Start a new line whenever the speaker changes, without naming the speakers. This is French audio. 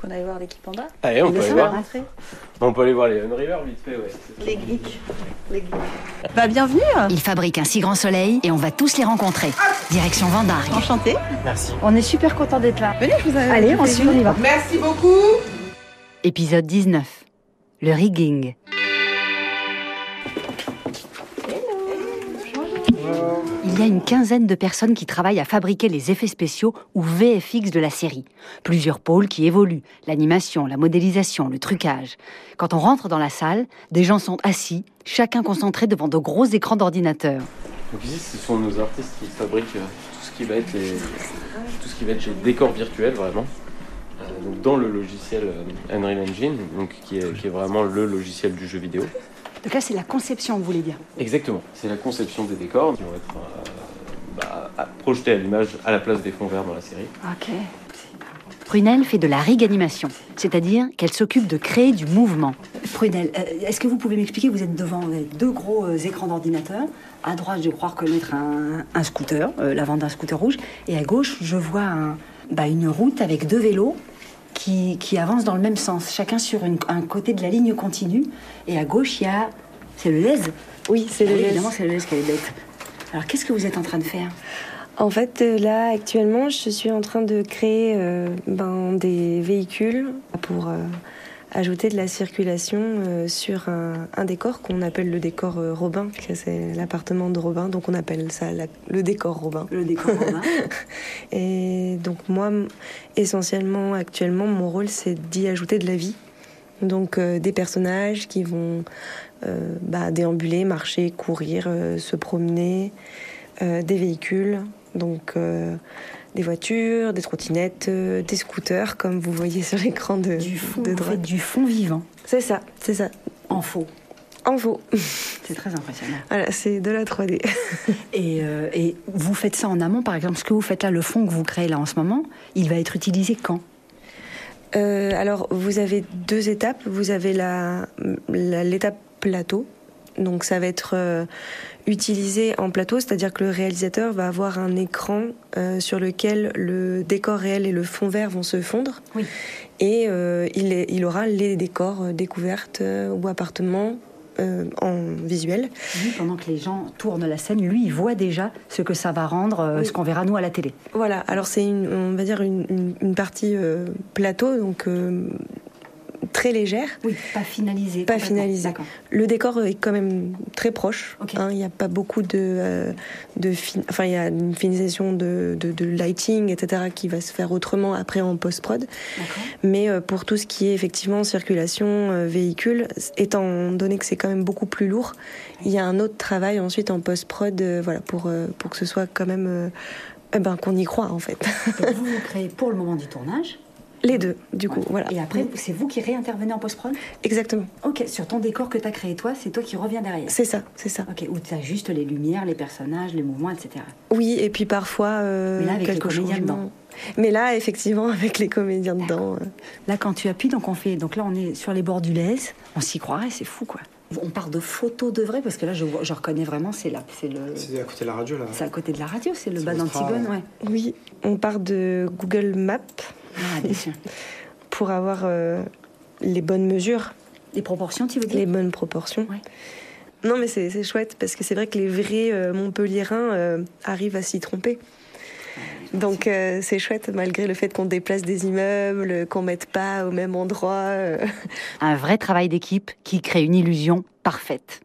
qu'on aille voir l'équipe en bas
Allez, Ah, on
Ils
peut aller
sont à la
voir.
rentrée.
On peut aller voir les Unriver vite fait, ouais.
Les geeks. Les geeks. Bah, bienvenue,
Ils fabriquent un si grand soleil et on va tous les rencontrer. Direction Vendargue.
enchantée.
Merci.
On est super content d'être là.
Venez, je vous invite.
Allez, ensuite on y va.
Merci beaucoup.
Épisode 19. Le rigging. Il y a une quinzaine de personnes qui travaillent à fabriquer les effets spéciaux ou VFX de la série. Plusieurs pôles qui évoluent, l'animation, la modélisation, le trucage. Quand on rentre dans la salle, des gens sont assis, chacun concentré devant de gros écrans d'ordinateur.
Donc ici, ce sont nos artistes qui fabriquent euh, tout ce qui va être les, tout ce qui va être chez décor virtuel vraiment. Euh, donc dans le logiciel euh, Unreal Engine, donc qui est, qui est vraiment le logiciel du jeu vidéo.
Donc là, c'est la conception, vous voulez dire
Exactement. C'est la conception des décors qui vont être euh, bah, à- projetés à l'image à la place des fonds verts dans la série.
Ok. Prunelle fait de la rig animation, c'est-à-dire qu'elle s'occupe de créer du mouvement. Prunelle, euh, est-ce que vous pouvez m'expliquer Vous êtes devant euh, deux gros euh, écrans d'ordinateur. À droite, je crois reconnaître un, un scooter, euh, l'avant d'un scooter rouge. Et à gauche, je vois un- bah, une route avec deux vélos qui, qui avancent dans le même sens, chacun sur une- un côté de la ligne continue. Et à gauche, il y a. C'est le lèse
Oui, c'est le
Oui,
lait.
Évidemment, c'est le lèse qui est bête. Alors, qu'est-ce que vous êtes en train de faire
En fait, euh, là, actuellement, je suis en train de créer euh, ben, des véhicules pour euh, ajouter de la circulation euh, sur un, un décor qu'on appelle le décor euh, Robin, que c'est l'appartement de Robin, donc on appelle ça la- le décor Robin.
Le décor romain.
Et donc moi, m- essentiellement, actuellement, mon rôle, c'est d'y ajouter de la vie. Donc euh, des personnages qui vont euh, bah, déambuler, marcher, courir, euh, se promener, euh, des véhicules, donc euh, des voitures, des trottinettes, euh, des scooters, comme vous voyez sur l'écran de,
Du fond,
de
vous faites
droite.
du fond vivant,
C'est ça, c'est ça.
en faux.
En faux.
C'est très impressionnant.
Voilà, c'est de la 3D.
Et, euh, et vous faites ça en amont, par exemple, ce que vous faites là, le fond que vous créez là en ce moment, il va être utilisé quand
Euh, alors, vous avez deux étapes. Vous avez la- la- l'étape plateau. Donc, ça va être euh, utilisé en plateau, c'est-à-dire que le réalisateur va avoir un écran euh, sur lequel le décor réel et le fond vert vont se fondre.
Oui.
Et euh, il, est- il aura les décors euh, découvertes euh, ou appartements euh, en visuel.
Lui, pendant que les gens tournent la scène, lui, il voit déjà ce que ça va rendre, euh,
Oui.
ce qu'on verra nous à la télé.
Voilà, alors c'est une, on va dire une, une- une partie euh, plateau, donc euh, très légère.
Oui, pas finalisé.
Pas
complètement.
finalisé.
D'accord.
Le décor est quand même très proche.
Ok.
hein, Il n'y a pas beaucoup de, euh, de fin- enfin il y a une finalisation de, de- de lighting, etc. qui va se faire autrement après en post prod.
D'accord.
Mais euh, pour tout ce qui est effectivement circulation, euh, véhicule, s- étant donné que c'est quand même beaucoup plus lourd, il y a un autre travail ensuite en post prod, voilà pour euh, pour que ce soit quand même euh, eh ben qu'on y croit en fait.
Donc vous vous créez pour le moment du tournage,
Les deux, du coup,
Ouais.
voilà.
et après, c'est vous qui réintervenez en post-prod
Exactement.
Ok, sur ton décor que tu as créé toi, c'est toi qui reviens derrière.
C'est ça, c'est ça.
Ok, où tu as juste les lumières, les personnages, les mouvements, etc.
Oui, et puis parfois euh,
Mais là, avec les
quelques
comédiens
changements.
dedans.
Mais là, effectivement, avec les comédiens dedans. euh,
Là, quand tu appuies, donc on fait. Donc là, on est sur les bords du Lez. On s'y croirait, c'est fou, quoi. On part de photos de vrai, parce que là, je, vois- je reconnais vraiment, c'est là, c'est le.
C'est à côté de la radio là.
C'est à côté de la radio, c'est le
C'est
bas
le
d'Antigone,
train,
ouais.
Oui, on part de Google Maps
Ah, bien sûr.
pour avoir euh, les bonnes mesures,
Les proportions, tu veux dire
les bonnes proportions.
Ouais.
Non, mais c'est c'est chouette parce que c'est vrai que les vrais euh, Montpelliérains euh, arrivent à s'y tromper. Donc euh, c'est chouette malgré le fait qu'on déplace des immeubles, qu'on mette pas au même endroit. euh.
Un vrai travail d'équipe qui crée une illusion parfaite.